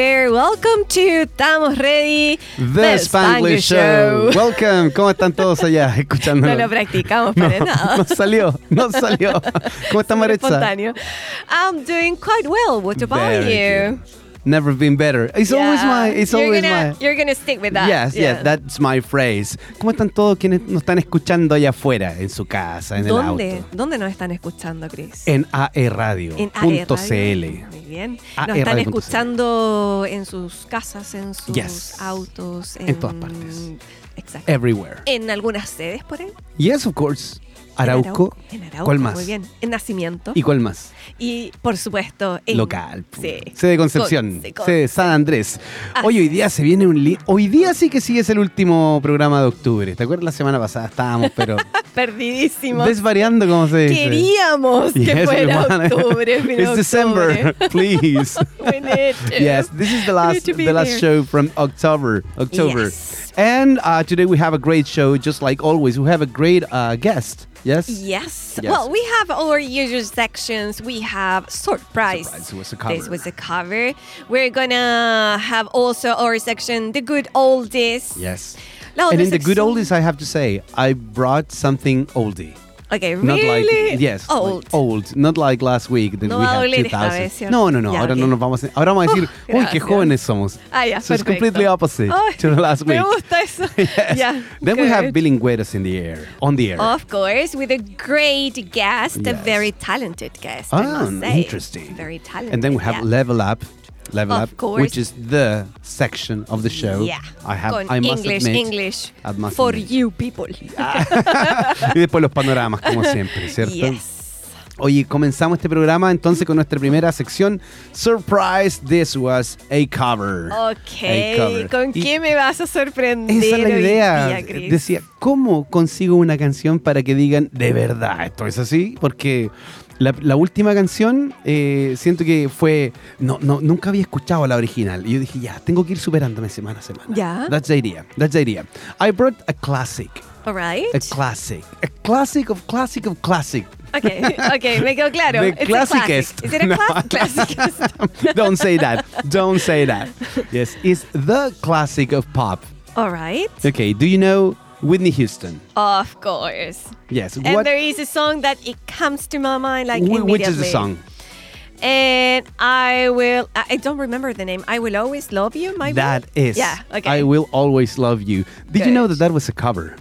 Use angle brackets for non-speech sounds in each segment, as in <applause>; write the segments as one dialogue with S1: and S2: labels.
S1: Welcome to Estamos Ready,
S2: The Spanglish Show. Welcome. ¿Cómo están
S1: <laughs>
S2: todos allá escuchando?
S1: No lo practicamos para nada.
S2: <laughs> No salió, no salió. ¿Cómo está Maritza?
S1: Espontáneo. I'm doing quite well. What about
S2: Very
S1: you?
S2: Never been better. It's always
S1: Yeah.
S2: my. It's
S1: you're
S2: always
S1: gonna,
S2: my.
S1: You're gonna stick with that.
S2: Yes, yes, that's my phrase. ¿Cómo están todos quienes nos están escuchando allá afuera, en su casa, en el
S1: ¿Dónde,
S2: auto? Eh,
S1: ¿Dónde nos están escuchando, Chris?
S2: En E aerradio.cl.
S1: En E AERradio. Muy bien. Nos están
S2: AERradio.cl.
S1: escuchando en sus casas, en sus
S2: Yes.
S1: autos.
S2: En todas partes.
S1: Exacto.
S2: Everywhere.
S1: en algunas sedes por ahí.
S2: Yes, of course.
S1: Eh. En
S2: Arauco.
S1: En Arauco.
S2: ¿Cuál más?
S1: Muy bien. En Nacimiento.
S2: ¿Y cuál más?
S1: Y por supuesto, en
S2: local. po.
S1: Sí.
S2: Sede de Concepción,
S1: Con- sí, con-
S2: sede de San Andrés.
S1: Así
S2: Hoy hoy día se viene un li- hoy día sí que sí es el último programa de octubre. ¿Te acuerdas la semana pasada estábamos
S1: <laughs>
S2: pero
S1: Perdidísimo.
S2: desvariando como se dice?
S1: Queríamos que
S2: Yes, <laughs> we
S1: fuera
S2: wanna-
S1: octubre, pero
S2: It's December,
S1: octubre. <laughs>
S2: please.
S1: We need to.
S2: <laughs> Yes, this is the last
S1: to be
S2: the
S1: there.
S2: last show from October. October.
S1: Yes.
S2: And uh, today we have a great show just like always. We have a great uh, guest. Yes.
S1: Yes.
S2: Yes.
S1: Well, we have our usual sections. We have surprise.
S2: Surprise was a cover.
S1: This was a cover. We're gonna have also our section, the good old days.
S2: Yes.
S1: La
S2: and
S1: otra
S2: in the good
S1: sección-
S2: oldies I have to say, I brought something oldie.
S1: Okay,
S2: Not
S1: really
S2: like yes, like
S1: old.
S2: old, not like last week that
S1: No
S2: we
S1: va a
S2: had
S1: doler esta
S2: 2000.
S1: vez, ¿cierto?
S2: no, no, no,
S1: Ya,
S2: ahora no
S1: ok.
S2: nos vamos a ahora vamos a decir,
S1: Oh,
S2: uy, qué
S1: gracias.
S2: jóvenes somos.
S1: Ah, ya,
S2: so it's
S1: perfecto.
S2: completely opposite
S1: Ay,
S2: to the last
S1: Me
S2: week.
S1: gusta eso.
S2: <laughs> Yes.
S1: Yeah,
S2: Then we have
S1: good. Oh,
S2: bilingüeros in the air, on the air.
S1: Of course, with a great guest, a
S2: Yes.
S1: very talented guest. I
S2: Ah,
S1: must say.
S2: interesting.
S1: Very talented.
S2: And then we have
S1: yeah.
S2: level up. Level
S1: Of
S2: up,
S1: course.
S2: which is the section of the show.
S1: Yeah.
S2: I have.
S1: Con
S2: I must
S1: English,
S2: admit.
S1: English.
S2: I must
S1: for
S2: admit.
S1: you people.
S2: <laughs>
S1: Ah,
S2: y después los panoramas,
S1: <laughs>
S2: como siempre, ¿cierto?
S1: Yes.
S2: Oye, comenzamos este programa entonces con nuestra primera sección. Surprise, this was a cover.
S1: Ok.
S2: A cover.
S1: ¿Con
S2: Y
S1: qué me vas a sorprender?
S2: Esa es la
S1: hoy
S2: idea.
S1: día, Chris?
S2: Decía, ¿cómo consigo una canción para que digan de verdad esto es así? Porque la, la última canción eh, siento que fue. No, no, nunca había escuchado la original. Y yo dije, ya, tengo que ir superándome semana a semana.
S1: Ya.
S2: That's the idea. That's the idea. I brought a classic.
S1: All right.
S2: A classic. A classic of classic of classic.
S1: Okay, <laughs> okay, me quedó claro.
S2: <laughs> The
S1: It's a classic.
S2: classicest.
S1: Is it a
S2: <laughs> No.
S1: class-
S2: <laughs>
S1: classicest?
S2: Don't say that. Don't say that. Yes, it's the classic of pop.
S1: All right.
S2: Okay, do you know Whitney Houston?
S1: Of course.
S2: Yes.
S1: And there is a song that it comes to my mind like
S2: wh-
S1: immediately.
S2: which is the song?
S1: And I will. I I don't remember the name. I will always love you. My
S2: That is.
S1: Yeah. Okay.
S2: I will always love you. Did you
S1: Good.
S2: know that that was a cover?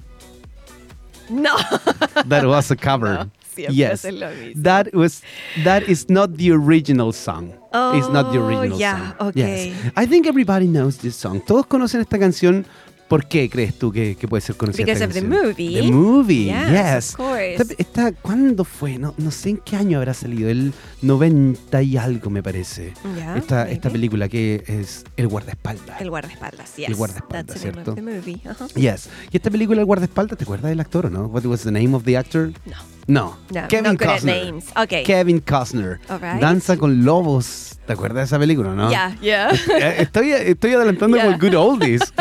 S1: No. <laughs>
S2: That was a cover.
S1: siempre
S2: yes.
S1: se lo mismo.
S2: That was. That is not the original song. it's not the
S1: Oh,
S2: original
S1: yeah,
S2: song.
S1: okay.
S2: Yes. I think everybody knows this song. Todos conocen esta canción. ¿Por qué crees tú que, que puede ser conocida
S1: Because
S2: esta
S1: of the
S2: canción?
S1: movie.
S2: The movie,
S1: Yes,
S2: yes.
S1: of course.
S2: Esta- esta- ¿Cuándo fue? No, no sé en qué año habrá salido. El 90 y algo, me parece.
S1: Yeah,
S2: esta, esta
S1: maybe.
S2: película que es El guardaespaldas.
S1: El guardaespaldas. Yes.
S2: El guardaespaldas,
S1: That's the name
S2: ¿cierto?
S1: of the movie. uh-huh. Ajá.
S2: Yes. Y esta película El guardaespaldas, ¿te acuerdas del actor o no? What was the name of the actor?
S1: No.
S2: No.
S1: No,
S2: Kevin
S1: not good at
S2: Costner.
S1: names. Okay.
S2: Kevin Costner.
S1: All right.
S2: Danza con lobos. ¿Te acuerdas de esa película, no?
S1: Yeah. Yeah.
S2: <laughs> Eh, Estoy, estoy adelantando
S1: Yeah.
S2: como el
S1: <laughs>
S2: Good Oldies.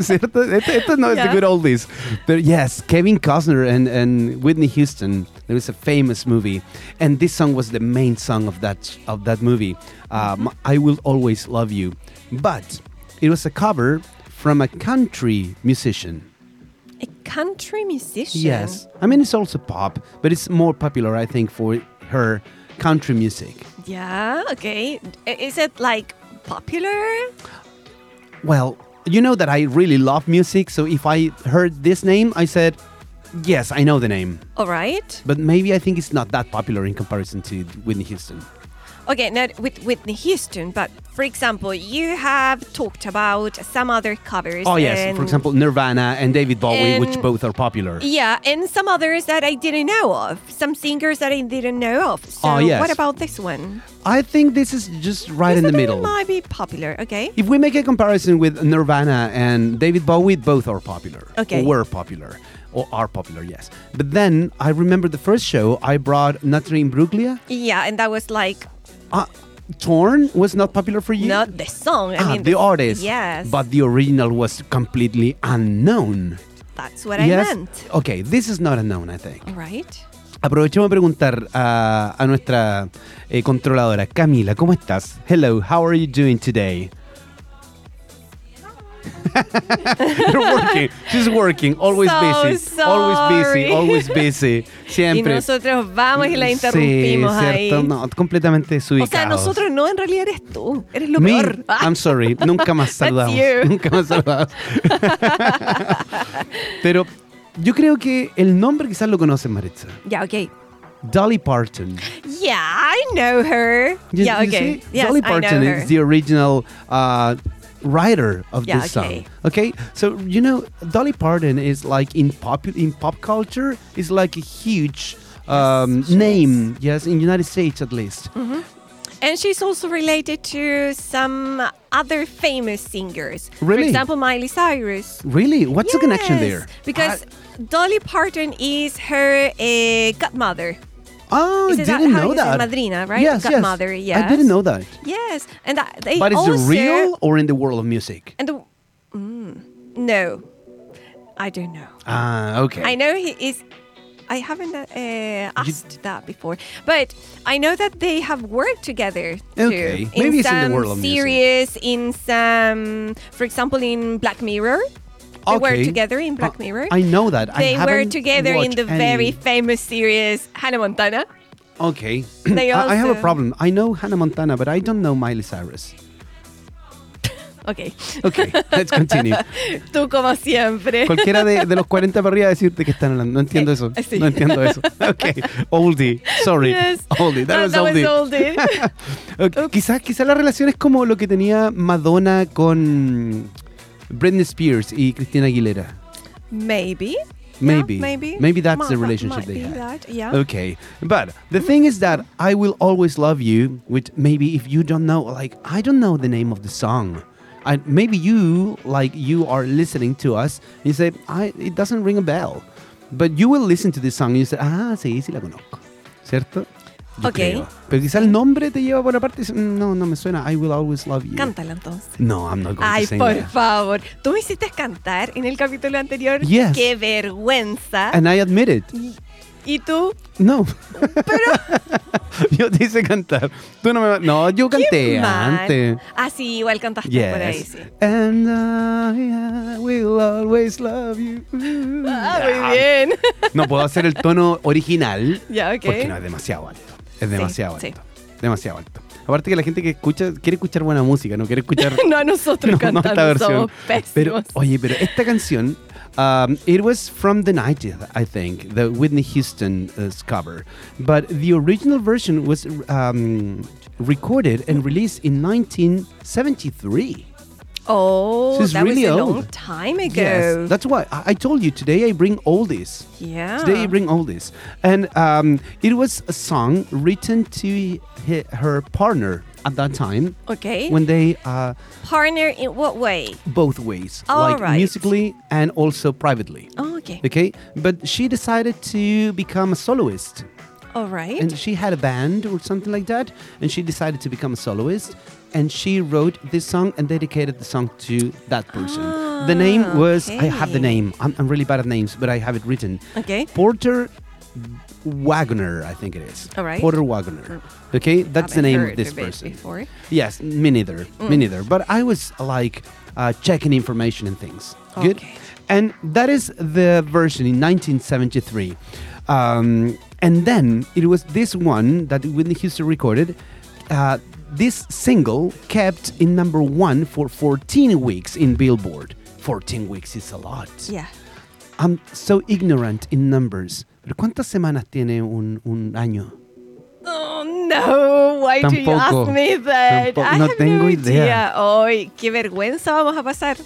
S2: ¿Cierto? Esto, esto no es
S1: Yeah.
S2: el Good Oldies. Pero yes, Kevin Costner and, and Whitney Houston. There was a famous movie. And this song was the main song of that, of that movie. Um, I Will Always Love You. But it was a cover from a country musician.
S1: a country musician.
S2: Yes. I mean, it's also pop, but it's more popular, I think, for her country music.
S1: Yeah. Okay. I- Is it like popular?
S2: Well, you know that I really love music, so if I heard this name, I said, yes, I know the name.
S1: All right.
S2: But maybe I think it's not that popular in comparison to Whitney Houston.
S1: Okay, now with Whitney Houston, but for example, you have talked about some other covers.
S2: Oh, yes,
S1: and-
S2: for example, Nirvana and David Bowie, which
S1: and-
S2: both are popular.
S1: Yeah, and some others that I didn't know of. Some singers that I didn't know of. So
S2: Oh, yes.
S1: what about this one?
S2: I think this is just right in
S1: This
S2: the
S1: one
S2: middle.
S1: Might be popular. Okay.
S2: If we make a comparison with Nirvana and David Bowie, both are popular.
S1: Okay.
S2: Or were popular. Or are popular, yes. But then I remember the first show I brought Natalie Imbruglia.
S1: Yeah, and that was like
S2: Uh, Torn was not popular for you.
S1: not the song. I
S2: ah,
S1: mean
S2: the artist.
S1: Yes.
S2: But the original was completely unknown.
S1: that's what
S2: yes.
S1: I meant.
S2: Okay, this is not unknown, I think.
S1: All right.
S2: Aprovechemos a preguntar a, a nuestra eh, controladora, Camila, ¿cómo estás? Hello, how are you doing today? <laughs> You're working. She's working. Always
S1: So
S2: busy. Always busy.
S1: sorry. <laughs>
S2: Always
S1: Y
S2: busy. Siempre.
S1: nosotros vamos y la interrumpimos
S2: sí,
S1: ahí.
S2: cierto. No, completamente
S1: o
S2: desubicados.
S1: sea, nosotros no, en realidad eres tú. Eres lo
S2: Me,
S1: peor. <laughs>
S2: I'm sorry, nunca más
S1: That's
S2: saludamos.
S1: you.
S2: <laughs> Nunca
S1: <laughs>
S2: más saludamos. Pero yo creo que el nombre quizás lo conoce Maritza.
S1: yeah, okay.
S2: Dolly Parton.
S1: Yeah, I know her.
S2: You-
S1: yeah,
S2: you
S1: okay.
S2: see,
S1: Yes, I
S2: Dolly
S1: know
S2: Parton
S1: her.
S2: is the original uh, writer of
S1: Yeah,
S2: this
S1: okay.
S2: song. Okay, so you know Dolly Parton is like in pop in pop culture is like a huge um,
S1: she Mm.
S2: name. Yes, in United States at least.
S1: And she's also related to some other famous singers. For
S2: Really?
S1: example, Miley Cyrus.
S2: Really, what's the connection
S1: Yes,
S2: there?
S1: Because Dolly Parton is her uh, godmother.
S2: Oh, I
S1: Is it that
S2: didn't
S1: how
S2: know
S1: you say
S2: that.
S1: madrina, right?
S2: Yes,
S1: Godmother,
S2: yes. I
S1: yes.
S2: didn't know that.
S1: Yes, and that, they
S2: But is
S1: also
S2: it real or in the world of music?
S1: and the mm, no, I don't know.
S2: Ah, okay.
S1: I know he is. I haven't uh, uh, asked that before, but I know that they have worked together too.
S2: Okay,
S1: In
S2: maybe it's in
S1: some
S2: the world of music.
S1: series, in some, for example, in Black Mirror, they
S2: Okay.
S1: were together in Black
S2: Uh,
S1: Mirror.
S2: I know that. I
S1: they were
S2: haven't
S1: together in
S2: watched
S1: the
S2: any-
S1: very famous series Hannah Montana.
S2: Okay.
S1: They
S2: I, I have a
S1: also-
S2: problem. I know Hannah Montana, but I don't know Miley Cyrus.
S1: Okay, <laughs>
S2: Okay, let's continue.
S1: tú como siempre. <laughs>
S2: Cualquiera de, de los 40 para arriba decirte que están hablando. No entiendo eso.
S1: Eh, sí.
S2: No
S1: <laughs>
S2: entiendo eso. Okay. Oldie. Sorry.
S1: Yes.
S2: Oldie. That
S1: Ah,
S2: was oldie.
S1: oldie.
S2: <laughs> Ok, Quizás quizás la relación es como lo que tenía Madonna con Britney Spears y Cristina Aguilera.
S1: Maybe.
S2: Maybe.
S1: Yeah, maybe.
S2: Maybe that's the
S1: Might-
S2: relationship
S1: might
S2: they
S1: be
S2: had.
S1: that, yeah.
S2: Okay. But the thing is that I Will Always Love You, which maybe if you don't know, like, I don't know the name of the song. I, maybe you, like, you are listening to us and you say, I, it doesn't ring a bell. But you will listen to this song and you say, ah, sí, sí la conozco. ¿Cierto? Yo
S1: Ok.
S2: creo. Pero quizá el nombre te lleva por la parte y dices, no, no me suena. I Will Always Love You.
S1: Cántala entonces.
S2: No, I'm not going
S1: Ay,
S2: to sing
S1: por
S2: that.
S1: favor. Tú me hiciste cantar en el capítulo anterior.
S2: Yes.
S1: Qué vergüenza.
S2: And I admit it.
S1: y tú,
S2: No. <laughs> yo te hice cantar. Tú no me No, yo canté
S1: qué mal.
S2: antes.
S1: Ah, sí, igual cantaste por ahí,
S2: Yes.
S1: sí.
S2: And I, I will always love you.
S1: Ah, muy bien. <laughs>
S2: No puedo hacer el tono original
S1: ya, ok.
S2: porque no es demasiado alto. Es demasiado
S1: sí.
S2: alto. Demasiado alto. Aparte que la gente que escucha quiere escuchar buena música, no quiere escuchar
S1: No, nosotros
S2: <laughs> no, no
S1: cantando
S2: esta versión.
S1: somos pésimos.
S2: Pero, oye, pero esta canción, um, it was from the 90s, I think, the Whitney Houston uh, cover. But the original version was um, recorded and released in 1973.
S1: oh,
S2: She's
S1: that
S2: really
S1: was a
S2: old.
S1: long time ago.
S2: Yes, that's why I, I told you today I bring all this.
S1: yeah.
S2: Today I bring all this. And um, it was a song written to he- her partner at that time
S1: okay.
S2: when they uh,
S1: Partner in what way?
S2: both ways,
S1: All
S2: like
S1: right.
S2: musically and also privately.
S1: Oh, okay.
S2: Okay, but she decided to become a soloist,
S1: All right.
S2: and she had a band or something like that, and she decided to become a soloist, and she wrote this song and dedicated the song to that person. the name
S1: Ah,
S2: was I have the
S1: okay.
S2: name. I'm, I'm really bad at names, but I have it written.
S1: okay.
S2: Porter Wagner, I think it is.
S1: All right.
S2: Porter Wagner. Okay, that's the
S1: Haven't
S2: name
S1: heard
S2: of this
S1: of it
S2: person.
S1: before.
S2: Yes, me neither. Me
S1: Mm.
S2: neither. But I was like uh, checking information and things. Good.
S1: Okay.
S2: And that is the version in 1973. Um, and then it was this one that Whitney Houston recorded. Uh, this single kept in number one for 14 weeks in Billboard. 14 weeks is a lot.
S1: Yeah.
S2: I'm so ignorant in numbers. Pero ¿cuántas semanas tiene un, un año?
S1: Oh no, why do you
S2: Tampoco,
S1: ask me that?
S2: tampoco,
S1: I
S2: no
S1: have
S2: tengo
S1: no
S2: idea.
S1: idea. Ay, qué vergüenza vamos a pasar.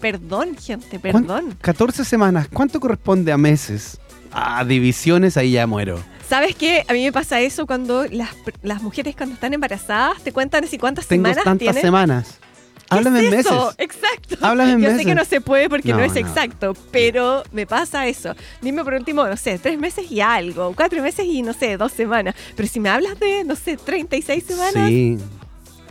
S1: Perdón, gente,
S2: ¿Cuán-
S1: perdón.
S2: 14 semanas. ¿Cuánto corresponde a meses? A divisiones, ahí ya muero.
S1: ¿Sabes qué? A mí me pasa eso cuando las, las mujeres cuando están embarazadas te cuentan así cuántas
S2: Tengo
S1: semanas
S2: tantas
S1: tienen.
S2: semanas.
S1: ¿Qué
S2: Háblame en
S1: es eso?
S2: meses.
S1: Exacto.
S2: Háblame en
S1: Yo sé
S2: meses.
S1: que no se puede porque no,
S2: No,
S1: es
S2: no.
S1: exacto, pero me pasa eso. Dime por último, no sé, tres meses y algo, cuatro meses y no sé, dos semanas. Pero si me hablas de, no sé, 36 semanas,
S2: Sí.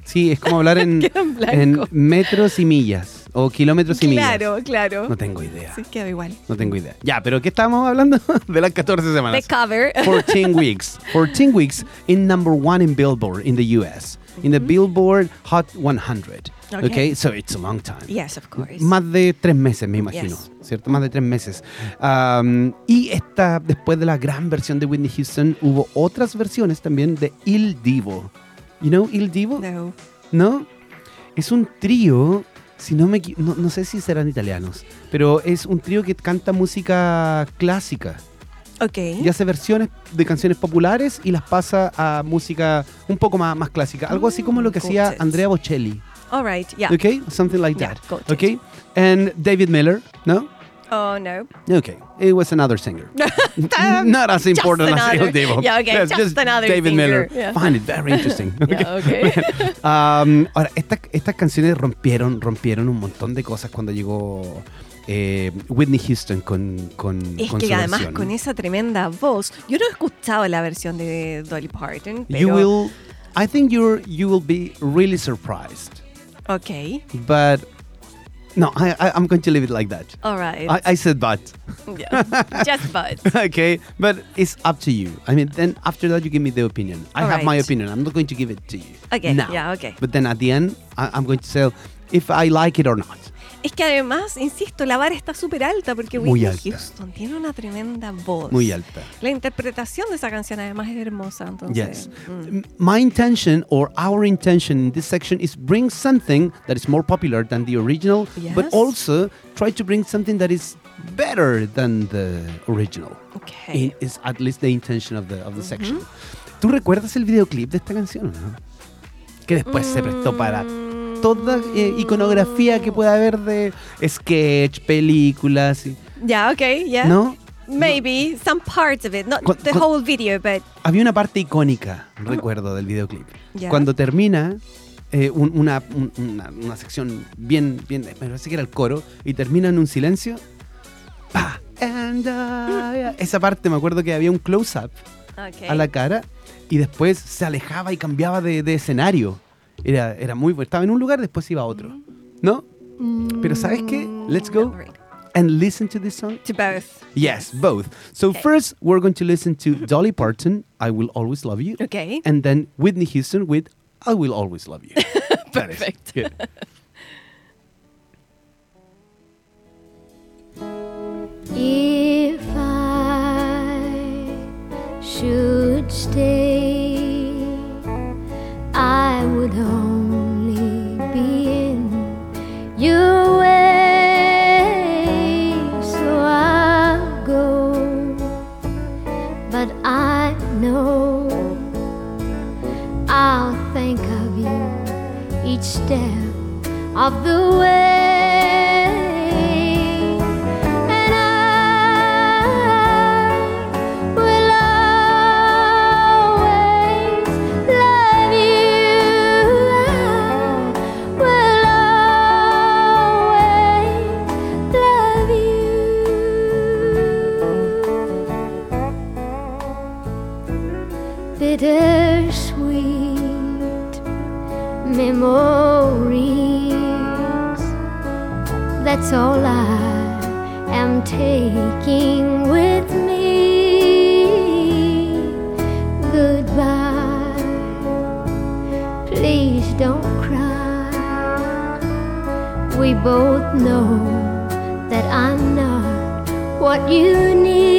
S2: Sí, es como hablar
S1: <laughs>
S2: en,
S1: Queda en
S2: en
S1: blanco.
S2: metros y millas o kilómetros y millas.
S1: claro, claro.
S2: No tengo idea.
S1: Sí, queda igual.
S2: No tengo idea. Ya, pero ¿qué estábamos hablando? <laughs> De las 14
S1: The <laughs>
S2: semanas.
S1: cover.
S2: 14 weeks. 14 weeks in number one in Billboard in the US. in the Billboard Hot 100.
S1: Okay.
S2: Okay. so it's a long time.
S1: Yes, of course.
S2: Más de tres meses, me imagino,
S1: Yes.
S2: ¿cierto? Más de tres meses. Am, y esta, después de la gran versión de Whitney Houston, hubo otras versiones también de Il Divo. You know Il Divo?
S1: No.
S2: ¿No? Es un trío, si no me equi- no, no sé si serán italianos, pero es un trío que canta música clásica
S1: Ok.
S2: y hace versiones de canciones populares y las pasa a música un poco más, más clásica. Algo así como lo que
S1: Mm,
S2: hacía
S1: got it.
S2: Andrea Bocelli.
S1: All right. Yeah.
S2: Okay? Something like
S1: Yeah,
S2: that.
S1: got it.
S2: Okay? And David Miller, no?
S1: Oh, no.
S2: Okay. It was another singer.
S1: <laughs>
S2: Not as important as <laughs>
S1: another-
S2: Il Divo.
S1: yeah, okay,
S2: Yes,
S1: just another
S2: David
S1: singer,
S2: Miller.
S1: yeah.
S2: Find it very interesting.
S1: <laughs> Yeah,
S2: <laughs>
S1: okay.
S2: Um, ahora, esta- estas canciones rompieron, rompieron un montón de cosas cuando llegó eh, Whitney Houston con, con,
S1: Es
S2: con
S1: que
S2: su
S1: además
S2: versión.
S1: con esa tremenda voz, yo no he escuchado la versión de Dolly Parton, pero
S2: You will, I think you're, you will be really surprised.
S1: Ok,
S2: But no, I, I, I'm going to leave it like that.
S1: all right.
S2: I, I said but.
S1: Yeah. <laughs> Just but.
S2: <laughs> okay, but it's up to you. I mean, then after that, you give me the opinion. I
S1: All
S2: have my
S1: right.
S2: opinion. I'm not going to give it to you.
S1: Okay,
S2: Now.
S1: yeah, okay.
S2: But then at the end, I, I'm going to say if I like it or not.
S1: Es que además, insisto, la vara está súper alta porque
S2: Muy
S1: Whitney
S2: alta.
S1: Houston tiene una tremenda voz.
S2: Muy alta.
S1: La interpretación de esa canción además es hermosa, entonces.
S2: Yes.
S1: mm.
S2: M- My intention or our intention in this section is bring something that is more popular than the original, but
S1: Yes.
S2: also try to bring something that is better than the original.
S1: Okay.
S2: It is at least the intention of the, of the section. ¿Tú recuerdas el videoclip de esta canción o no? Que después pues, se
S1: Mm.
S2: prestó para toda eh, iconografía que pueda haber de sketch, películas. y-
S1: Ya, ok, ya.
S2: ¿No?
S1: Maybe some parts of it, not
S2: Cu-
S1: the
S2: cu-
S1: whole video, but
S2: Había una parte icónica, recuerdo, del videoclip.
S1: Ya.
S2: Cuando termina eh, un- una, un- una- una sección bien, bien, me parece que era el coro, y termina en un silencio. ¡Pa! And I- Esa parte me acuerdo que había un close-up
S1: okay.
S2: a la cara y después se alejaba y cambiaba de, de escenario. Era, era muy bueno. Estaba en un lugar, después iba a otro. ¿No?
S1: Mm.
S2: Pero ¿sabes qué? Let's go
S1: Memory.
S2: and listen to this song.
S1: To both.
S2: Yes, both. So
S1: Okay.
S2: first, we're going to listen to Dolly Parton, "I Will Always Love You,"
S1: Okay.
S2: and then Whitney Houston with "I Will Always
S1: <laughs>
S2: Love You." That is
S1: Perfect.
S2: good.
S3: If I should stay, I would only be in your way. So I'll go, but I know I'll think of you each step of the way. And I will always love you. I will always love you. Bittersweet memories. That's all I am taking with me. Goodbye. Please don't cry. We both know that I'm not what you need.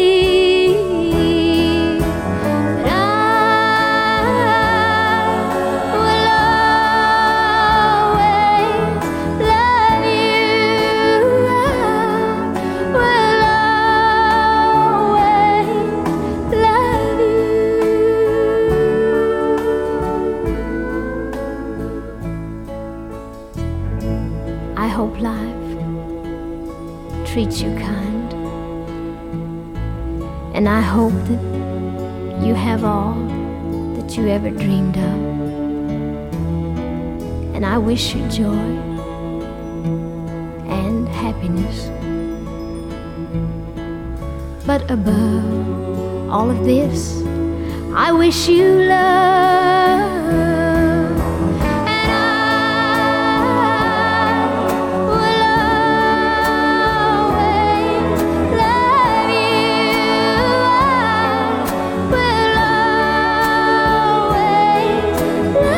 S3: But I will always love you. I will always love you. I hope life treats you kind. And I hope that you have all that you ever dreamed of. And I wish you joy and happiness. But above all of this, I wish you love. And I will always love you. I will always love you.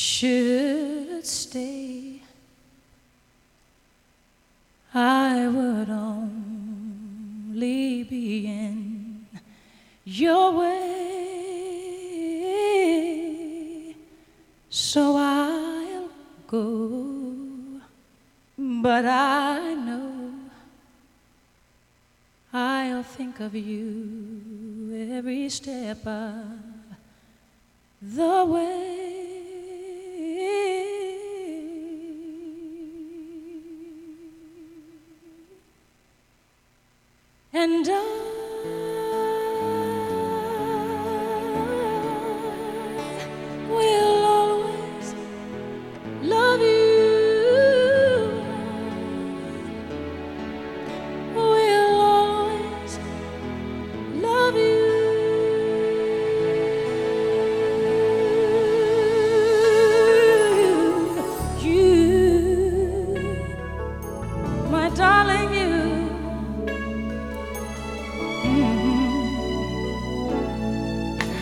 S4: should stay, I would only be in your way. So I'll go, but I know I'll think of you every step of the way. And I will always love you. Will always love you. You, my darling, you.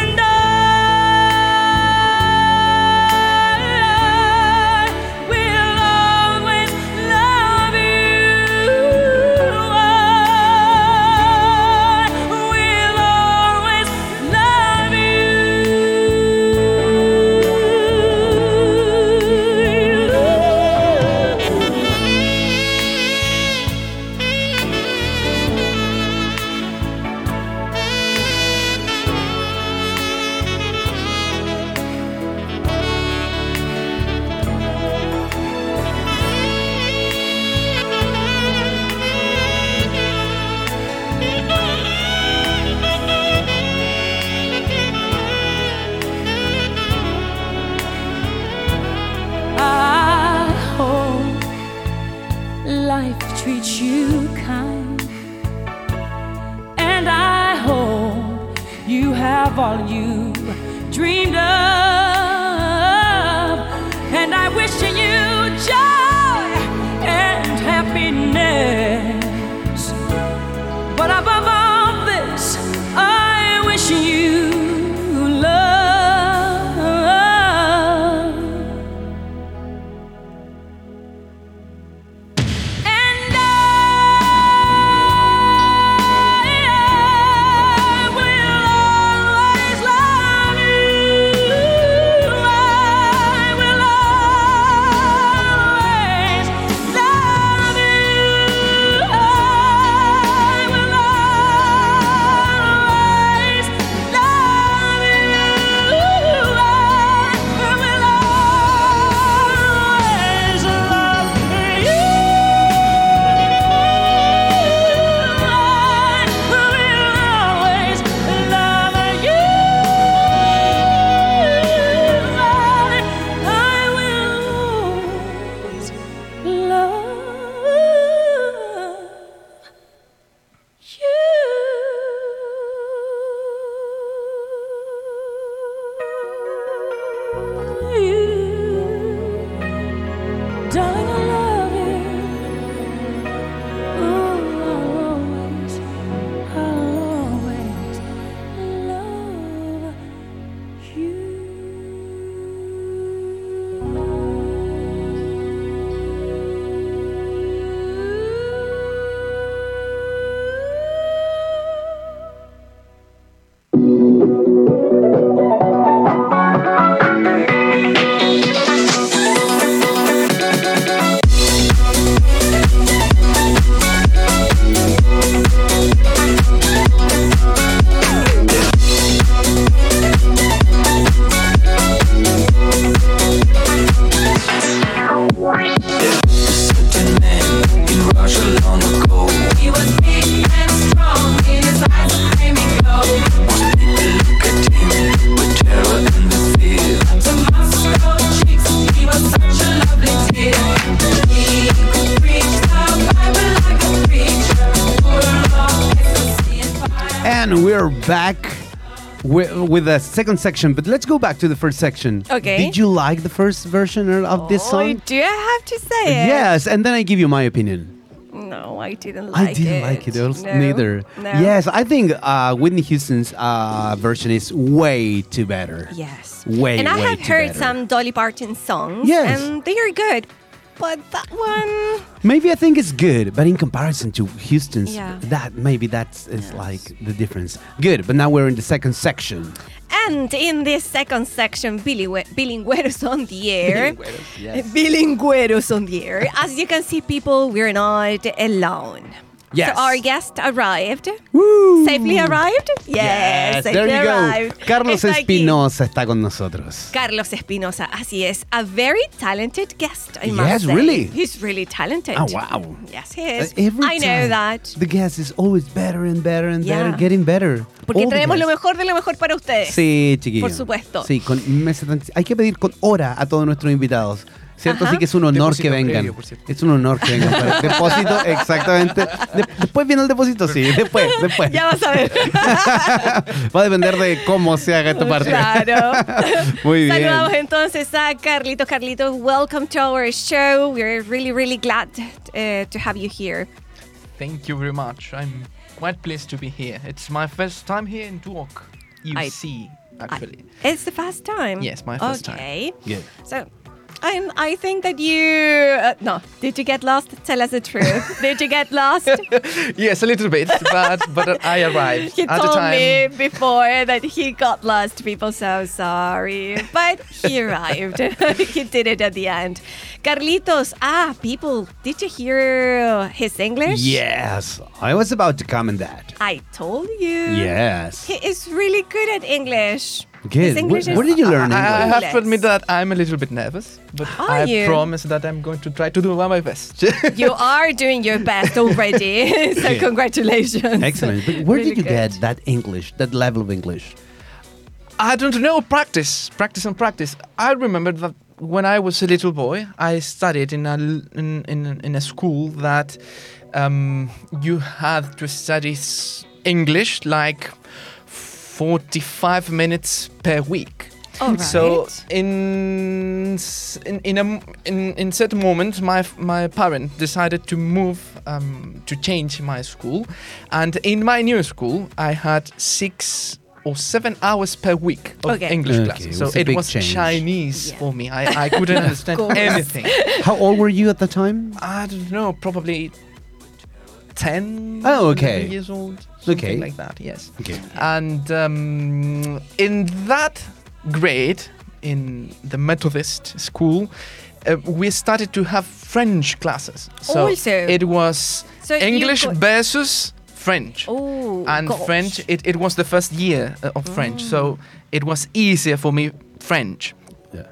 S4: And I will always love you. I will always love you. I hope life treats you kind, and I hope you have all you dreamed of, and I wish you joy and happiness. But above all this, I wish you love. And I will always love you.
S2: And we're back with, with the second section, but let's go back to the first section.
S1: Okay.
S2: Did you like the first version or- of this
S1: Oh,
S2: song?
S1: do I have to say it?
S2: Yes, and then I give you my opinion.
S1: No, I didn't like it.
S2: I didn't like it also,
S1: No,
S2: neither.
S1: no.
S2: Yes, I think uh, Whitney Houston's uh, version is way too better.
S1: Yes.
S2: Way,
S1: And I
S2: way
S1: have
S2: too
S1: heard
S2: better.
S1: some Dolly Parton songs.
S2: Yes.
S1: And they are good. But that one.
S2: Maybe I think it's good, but in comparison to Houston's,
S1: Yeah.
S2: that maybe that's is like the difference. Good, but now we're in the second section.
S1: And in this second section, Bilingue- Bilingüeros on the air. <laughs> Bilingüeros on the air. As you can see, people, we're not alone.
S2: Yes.
S1: So our guest arrived.
S2: Woo!
S1: Safely arrived? Yes,
S2: there
S1: safely
S2: you go.
S1: arrived.
S2: <laughs> Carlos
S1: Está aquí.
S2: Espinosa está con nosotros.
S1: Carlos Espinosa, así es. A very talented guest, I
S2: Yes,
S1: must say.
S2: really.
S1: He's really talented.
S2: Oh, wow.
S1: Yes, he is.
S2: Uh, every
S1: I know
S2: time,
S1: that.
S2: The guest is always better and better and
S1: Yeah.
S2: better, getting better.
S1: Porque
S2: All the
S1: traemos lo
S2: guests.
S1: mejor de lo mejor para <laughs> ustedes.
S2: Sí, chiquillo.
S1: Por supuesto.
S2: Sí, con meses de antici- Hay que pedir con hora a todos nuestros invitados. ¿Cierto?
S1: Ajá.
S2: Así que es un honor
S5: Depósito
S2: que vengan.
S5: previo, por cierto.
S2: es un honor que vengan.
S5: <laughs>
S2: para el depósito, exactamente. De- después viene el depósito, sí. Después, después.
S1: Ya vas a ver.
S2: Va a depender de cómo se haga <laughs> esta parte.
S1: Claro.
S2: <laughs> Muy bien.
S1: Saludamos entonces a Carlitos. Carlitos, welcome to our show. We're really, really glad uh, to have you here.
S5: Thank you very much. I'm quite pleased to be here. It's my first time here in Duoc. You
S1: I-
S5: see,
S1: I-
S5: actually.
S1: it's the first time.
S5: Yes, my first time.
S1: okay.
S2: Good.
S1: So, I'm, I think that you. Uh, no, did you get lost? Tell us the
S5: <laughs>
S1: truth. did you get lost? <laughs>
S5: yes, a little bit, <laughs> but but I arrived
S1: He
S5: at the
S1: told
S5: time.
S1: me before that he got lost. People, so sorry, but he arrived. <laughs> he did it at the end. Carlitos, ah, people, did you hear his English?
S2: Yes. I was about to comment that.
S1: I told you.
S2: Yes.
S1: He is really good at English.
S2: Good.
S1: His English
S2: Where-
S1: is-
S2: where did you
S1: <laughs>
S2: learn
S5: I, I have to
S1: English.
S5: admit that I'm a little bit nervous, but
S1: Are
S5: I
S1: you?
S5: promise that I'm going to try to do my best. <laughs>
S1: You are doing your best already. so
S2: <laughs> Yeah.
S1: congratulations.
S2: Excellent. But where
S1: Really
S2: did you
S1: good.
S2: get that English, that level of English?
S5: I don't know. Practice, practice, and practice. I remember that when I was a little boy, I studied in a l- in in, in a school that um, you had to study s- English like forty five minutes per week.
S1: All right.
S5: So in s- in in a m- in, in certain moment, my f- my parent decided to move um, to change my school, and in my new school, I had six or seven hours per week of
S1: Okay.
S5: English
S2: Okay,
S5: classes.
S2: it
S5: So
S2: was a
S5: it
S2: big
S5: was
S2: change.
S5: Chinese
S1: Yeah.
S5: for me. I,
S1: <laughs>
S5: I couldn't understand
S1: course.
S5: anything.
S2: How old were you at the time?
S5: I don't know, probably ten.
S2: Oh, okay.
S5: 11 Years old. Something
S2: Okay.
S5: like that. Yes
S2: Okay.
S5: and um, in that grade in the methodist school uh, we started to have french classes so
S1: Also.
S5: it was
S1: So you
S5: english
S1: got-
S5: versus french
S1: oh,
S5: and
S1: gosh. Mm.
S5: french it, it was the first year uh, of french so it was easier for me french
S2: Yeah.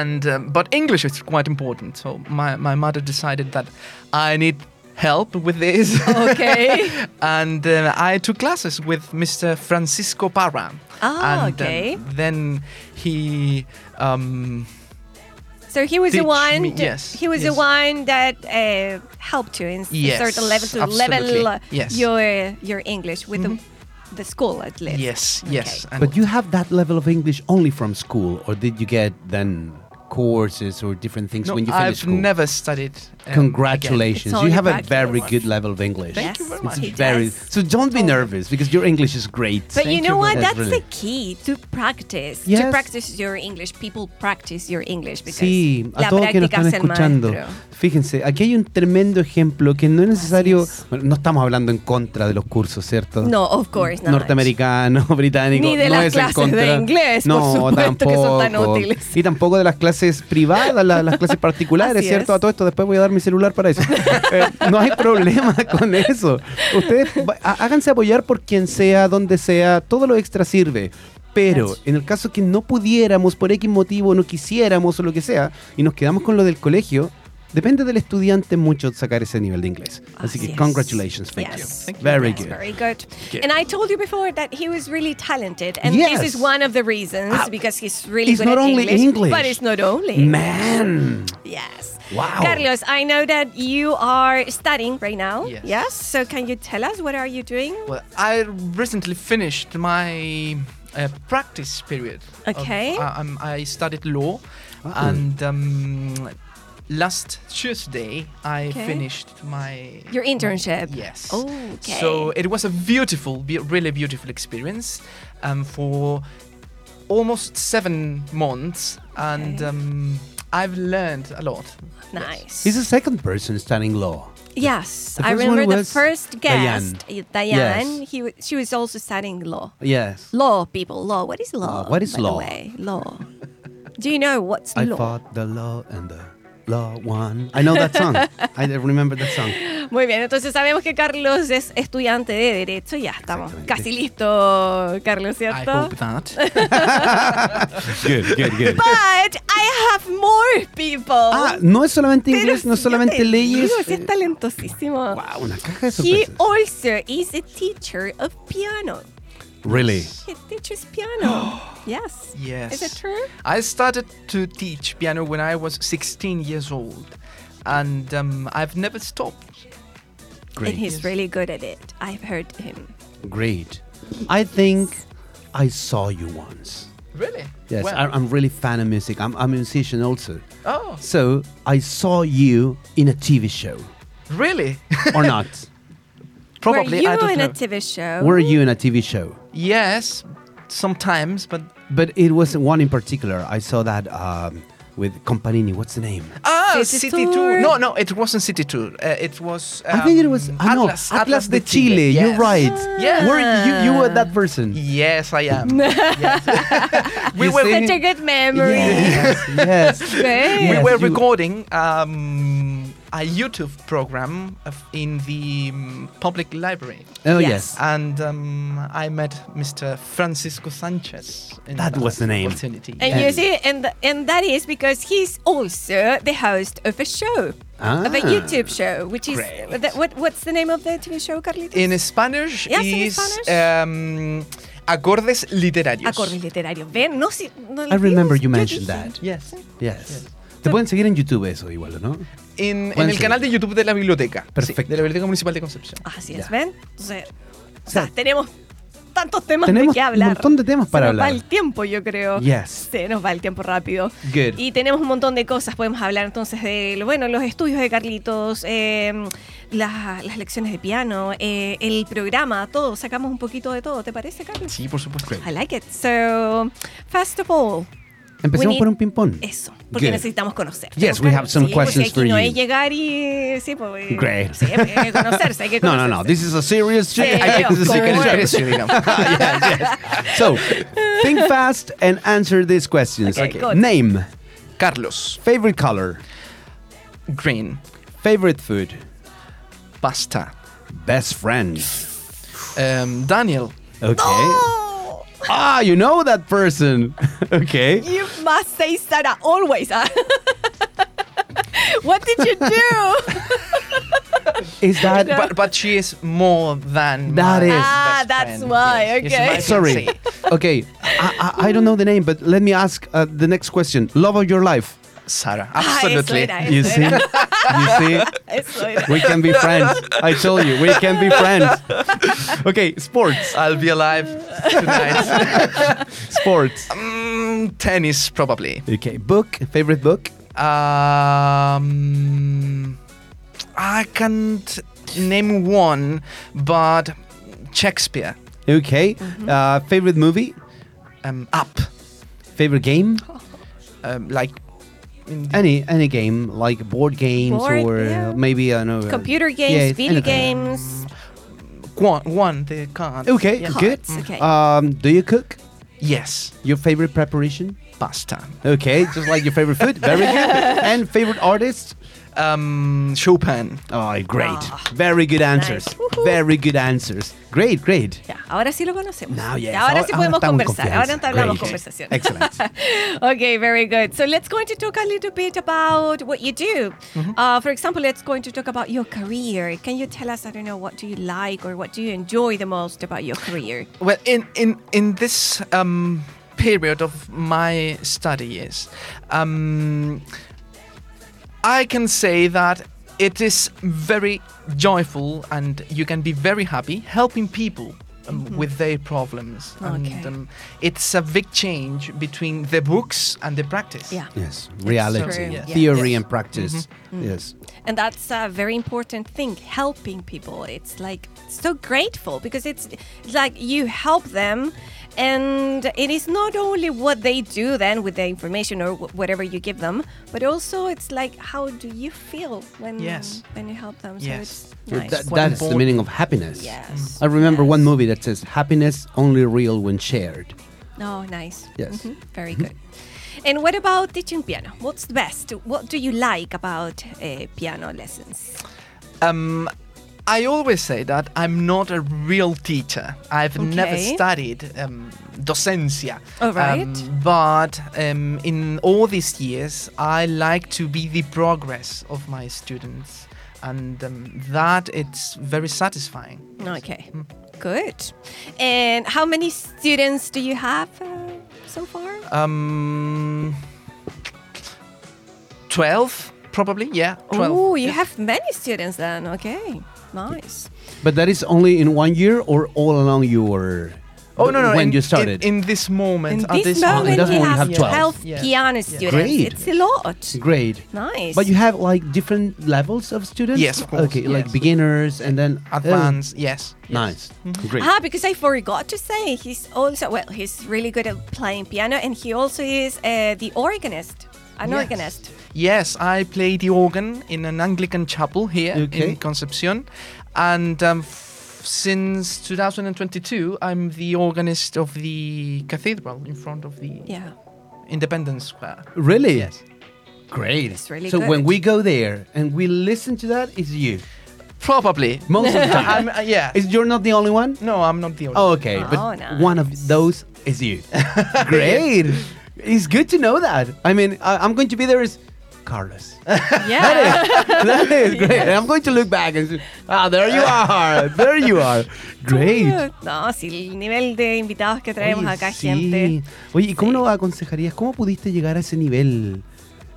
S5: and um, but english is quite important so my, my mother decided that i need help with this
S1: Oh, Okay.
S5: <laughs> and uh, I took classes with Mr. Francisco Parra.
S1: Ah,
S5: and, um,
S1: okay.
S5: then he, um,
S1: So he was the
S5: Teach
S1: one.
S5: me-
S1: t-
S5: yes,
S1: He was the
S5: yes.
S1: one that uh, helped you in s-
S5: Yes,
S1: certain level to
S5: absolutely,
S1: level uh,
S5: yes. Mm-hmm.
S1: your your English with the, the school at least.
S5: yes,
S1: Okay.
S5: yes. And
S2: But you have that level of English only from school, or did you get then courses or different things
S5: no,
S2: when you
S5: I've
S2: finished school?
S5: never studied. um,
S2: Congratulations!
S1: It's
S2: You
S1: only
S2: have a
S1: practice.
S2: very good level of English.
S1: Thank
S5: you very much.
S1: He
S2: It's very
S1: does.
S2: so. Don't be nervous because your English is great.
S1: But you
S5: Thank
S1: know
S5: you
S1: what?
S5: very
S1: That's
S2: much.
S1: the key to practice. To
S2: Yes.
S1: practice your English. People practice your English because
S2: Sí, a
S1: la
S2: todos que nos
S1: práctica
S2: están
S1: hace el
S2: escuchando.
S1: maestro.
S2: Fíjense, aquí hay un tremendo ejemplo que no es necesario.
S1: es.
S2: bueno, no estamos hablando en contra de los cursos, ¿cierto?
S1: No, of course not.
S2: norteamericano, <laughs> británico.
S1: Ni de
S2: no
S1: las
S2: es en
S1: clases
S2: contra.
S1: de inglés, por
S2: no,
S1: supuesto, que son tan
S2: tampoco.
S1: útiles.
S2: Y tampoco de las clases privadas, la-
S1: <laughs>
S2: las clases particulares,
S1: Así
S2: ¿cierto?
S1: es.
S2: A todo esto, después voy a dar mi celular
S1: <laughs>
S2: para eso. Eh, no hay problema <laughs> con eso. Ustedes va- há- háganse apoyar por quien sea, donde sea, todo lo extra sirve. Pero
S1: That's-
S2: en el caso que no pudiéramos, por X motivo, no quisiéramos o lo que sea, y nos quedamos con lo del colegio, depende del estudiante mucho sacar ese nivel de inglés. Así
S1: Así
S2: que,
S1: es.
S2: congratulations, thank you.
S1: Yes. Thank
S2: Very
S1: That's
S2: good.
S1: very good. And I told you before that he was really talented, and
S2: Yes.
S1: this is one of the reasons
S2: Ah,
S1: because he's really
S2: it's
S1: good
S2: not
S1: at
S2: only
S1: English,
S2: English.
S1: but it's not only.
S2: Man!
S1: Yes.
S2: Wow.
S1: Carlos, I know that you are studying right now.
S5: Yes.
S1: So can you tell us what are you doing?
S5: Well, I recently finished my uh, practice period. of-
S1: Okay.
S5: I- um, I studied law, and um, last Tuesday I
S1: Okay.
S5: finished my
S1: Your internship.
S5: Yes.
S1: Okay.
S5: So it was a beautiful, be- really beautiful experience um, for almost seven months, and
S1: Okay.
S5: um, I've learned a lot.
S1: nice.
S2: He's the second person studying law.
S1: yes,
S2: The
S1: I
S2: first one
S1: remember the
S2: was
S1: first
S2: Diane.
S1: guest, Diane. Diane he wa- she was also studying law.
S2: Yes.
S1: Law, people. Law. What is law?
S2: what is
S1: by the
S2: law?
S1: way? Law. Do you know what's
S2: I
S1: law?
S2: fought the law and the law won. I know that song. I remember that song.
S1: Muy bien, entonces sabemos que Carlos es estudiante de Derecho. Ya estamos
S2: Exactamente.
S1: casi listo, Carlos, ¿cierto?
S5: I hope that.
S2: Good, good, good.
S1: But I have more people.
S2: Ah, no es solamente
S1: Pero
S2: inglés, no es
S1: si yo te
S2: solamente leyes. eh,
S1: digo, si es talentosísimo.
S2: Wow, pues una caja de
S1: He
S2: sorpresas.
S1: also is a teacher of piano.
S2: Really?
S1: He teaches
S2: <gasps>
S1: piano. yes.
S5: Yes.
S1: Is it true?
S5: I started to teach piano when I was 16 years old, and um, I've never stopped.
S2: Great.
S1: And he's really good at it. I've heard him.
S2: Great. I think I saw you once.
S5: Really?
S2: Yes,
S5: Well,
S2: I, I'm really fan of music. I'm, I'm a musician also.
S5: oh,
S2: So I saw you in a TV show,
S5: really?
S2: <laughs> or
S1: <laughs>
S2: not?
S5: Probably.
S1: Were you
S5: I don't
S1: in
S5: know.
S1: a TV show?
S2: Were you in a TV show?
S5: yes, sometimes, but
S2: But it was one in particular. I saw that um, with Companini. What's the name?
S5: Ah,
S1: City
S5: City,
S1: Tour.
S5: Tour. No, no, it wasn't City Tour. Uh, it was.
S2: I think it was
S5: um,
S2: I know, Atlas, de Chile. You're
S5: Yes.
S2: right.
S5: Yes.
S1: Ah.
S2: Were you, you were that person.
S5: Yes, I
S1: <laughs>
S5: am. Yes. we were,
S1: Such a good memory. <laughs>
S2: Yes. yes.
S1: Great.
S5: we
S2: Yes,
S5: were
S2: you-
S5: recording um, a YouTube program of, in the um, public library.
S2: Oh
S1: Yes.
S2: yes.
S5: And um, I met Mr. Francisco Sanchez. In
S2: That was the name.
S5: Opportunity.
S1: And you
S2: Yes.
S1: see, and and that is because he's also the host of a show, of a
S2: Ah.
S1: YouTube show, which is
S5: Great.
S1: that, what what's the name of the TV show, Carlitos?
S5: in Spanish
S1: Yes, in
S5: is
S1: Spanish.
S5: Um, acordes literarios.
S1: Acordes literarios. Ven, no, si, no le
S2: I remember
S1: digas, yo
S2: you mentioned
S1: dije.
S2: that.
S5: Yes.
S2: Yes. Te pueden seguir en YouTube eso igual, ¿o ¿no?
S5: En, en
S2: Pueden
S5: el
S2: seguir.
S5: canal de YouTube de la biblioteca. Sí,
S2: Perfecto.
S5: de la Biblioteca Municipal de Concepción.
S1: Ah, Así es,
S2: Ya.
S1: ven. Entonces, o sea, tenemos tantos temas de
S2: Tenemos
S1: qué
S2: un
S1: hablar.
S2: montón de temas para
S1: Se nos va
S2: hablar.
S1: el tiempo, yo creo.
S2: Yes.
S1: Se nos va el tiempo rápido.
S2: Good.
S1: Y tenemos un montón de cosas. Podemos hablar entonces de bueno, los estudios de Carlitos, eh, las- las lecciones de piano, eh, el programa, todo. Sacamos un poquito de todo, ¿te parece, Carlos?
S5: Sí, por supuesto.
S1: I like it. So, first of all,
S2: Empecemos
S1: need-
S2: por un ping pong.
S1: eso, porque
S2: Good.
S1: necesitamos conocer.
S2: Yes, we have some
S1: Sí, porque
S2: questions
S1: aquí
S2: for
S1: no
S2: you.
S1: es llegar y sí, pues,
S2: Great.
S1: sí, hay que conocerse, hay que
S2: <laughs> No, no,
S1: conocerse.
S2: no. This is a serious
S1: Sí,
S2: shit. I think <laughs> this is
S1: of
S2: a serious
S1: course.
S2: question. So, think fast and answer these questions.
S1: Okay, Okay. good.
S2: Name,
S5: <laughs> Carlos,
S2: favorite color,
S5: green,
S2: favorite food,
S5: pasta.
S2: best friend.
S5: Um, Daniel,
S2: Okay.
S1: Oh,
S2: Ah, you know that person. <laughs> okay.
S1: you must say Sarah always. <laughs> ah. what did you do?
S2: <laughs> Is that
S5: but, but she is more than
S2: That
S5: my
S2: is-
S5: best
S1: Ah, that's
S5: friend.
S1: why,
S5: Yes, it's
S1: okay.
S5: my
S2: sorry?
S5: fiancé.
S2: okay. I, I, I don't know the name, but let me ask uh, the next question. Love of your life.
S5: Sarah,
S1: Ah, eso
S5: absolutely.
S1: era,
S2: You
S1: eso <laughs>
S2: see?
S1: era,
S2: you see?
S1: eso era.
S2: We can be friends. I told you, we can be friends. Okay, sports.
S5: I'll be alive
S1: <laughs>
S5: tonight.
S2: Sports.
S5: Mm, tennis, probably.
S2: Okay, book. Favorite book?
S5: Um, I can't name one, but Shakespeare.
S2: Okay.
S1: Mm-hmm.
S2: Uh, favorite movie?
S5: Um, up,
S2: Favorite
S1: <gasps>
S2: game?
S5: um, like in the
S2: Any any game like board games
S1: Board,
S2: or
S1: yeah.
S2: uh, maybe I know uh,
S1: Computer games,
S2: yes,
S1: video
S2: anything.
S1: games,
S5: one, one the card.
S2: Okay,
S5: Yeah.
S2: good.
S1: Cards, okay.
S2: Um, do you cook?
S5: Yes,
S2: Your favorite preparation?
S5: pasta.
S2: Okay, just like your favorite food. Very good.
S1: <laughs>
S2: And favorite artist?
S5: Um, Chopin.
S2: Oh, great.
S1: Ah.
S2: Very good answers.
S1: Woohoo.
S2: Very good answers. Great, great.
S1: Ya, ahora sí lo conocemos.
S2: Now, yes.
S1: Ya, ahora sí podemos
S2: estamos en
S1: conversar. Ahora
S2: confianza.
S1: entablamos
S2: Great.
S1: conversación. <laughs>
S2: Excellent.
S1: okay, very good. So let's going to talk a little bit about what you do.
S2: Mm-hmm.
S1: Uh, for example, let's going to talk about your career. Can you tell us, I don't know, what do you like or what do you enjoy the most about your career?
S5: Well, in in in this um, period of my study years, um, I can say that it is very joyful and you can be very happy helping people um, with their problems.
S1: Mm-hmm. Okay.
S5: And um, it's a big change between the books and the practice.
S1: Yeah.
S2: Yes, reality,
S1: true, yes. Mm-hmm.
S2: theory,
S5: Yes.
S2: and practice. Yes,
S1: And that's a very important thing, helping people. It's like so grateful because it's like you help them. And it is not only what they do then with the information or wh- whatever you give them, but also it's like how do you feel when
S5: Yes.
S1: when you help them. So
S5: Yes.
S1: it's nice.
S2: That-
S5: Quite
S2: that is the
S5: important.
S2: meaning of happiness.
S1: yes.
S2: Mm. I remember
S1: yes.
S2: one movie that says happiness only real when shared.
S1: Oh, nice.
S2: Yes. Mm-hmm.
S1: Mhm. Very good. And what about teaching piano? What's the best? What do you like about uh, piano lessons?
S5: Um, I always say that I'm not a real teacher. I've never
S1: Okay.
S5: studied um, docencia.
S1: All right.
S5: Um, but um, in all these years, I like to be the progress of my students, and um, that it's very satisfying.
S1: Okay, good. And how many students do you have uh, so far?
S5: Um, twelve, probably. Yeah, twelve.
S1: Oh, you
S5: Yeah.
S1: have many students then. Okay, nice.
S2: But that is only in one year or all along your
S5: Oh no, no!
S2: when
S5: in,
S2: you
S5: in-
S2: started.
S5: In, this moment,
S1: In
S5: at
S1: this
S5: this
S1: moment,
S2: That's
S1: you
S2: when we
S1: have
S2: have 12.
S1: 12
S5: Yeah.
S1: piano students.
S2: Great.
S1: It's a lot.
S2: Great.
S1: Nice.
S2: But you have like different levels of students.
S5: Yes, of course,
S2: Okay, like
S5: yes.
S2: beginners and then oh,
S5: advance, yes, yes.
S2: Nice.
S5: Mm-hmm.
S2: Great.
S1: Ah, because I forgot to say, he's also, well, he's really good at playing piano and he also is uh, the organist, an
S5: Yes.
S1: organist.
S5: Yes, I play the organ in an Anglican chapel here
S2: Okay.
S5: in Concepcion, and um, f- since 2022, I'm the organist of the cathedral in front of the
S1: Yeah.
S5: Independence Square.
S2: Really? Yes. Great.
S1: It's really
S2: so when
S1: good.
S2: we go there and we listen to that, it's you.
S5: Probably.
S2: Most of
S5: <laughs>
S2: the time.
S5: I'm, uh, yeah.
S2: is you're not the only one?
S5: no, I'm not the only.
S2: Oh, okay.
S1: Oh,
S2: but one
S1: nice.
S2: of those is you. <laughs> Great. It's good to know that. I mean, I, I'm going to be there as Carlos. <laughs>
S1: Yeah.
S2: that
S1: <laughs>
S2: is great. And I'm going to look back and say, ah, there you are. there
S1: <laughs>
S2: you are. Great.
S1: No, si el nivel de invitados que traemos
S2: Oye,
S1: acá,
S2: sí.
S1: gente.
S2: Oye, ¿y cómo
S1: Sí.
S2: lo aconsejarías? ¿Cómo pudiste llegar a ese nivel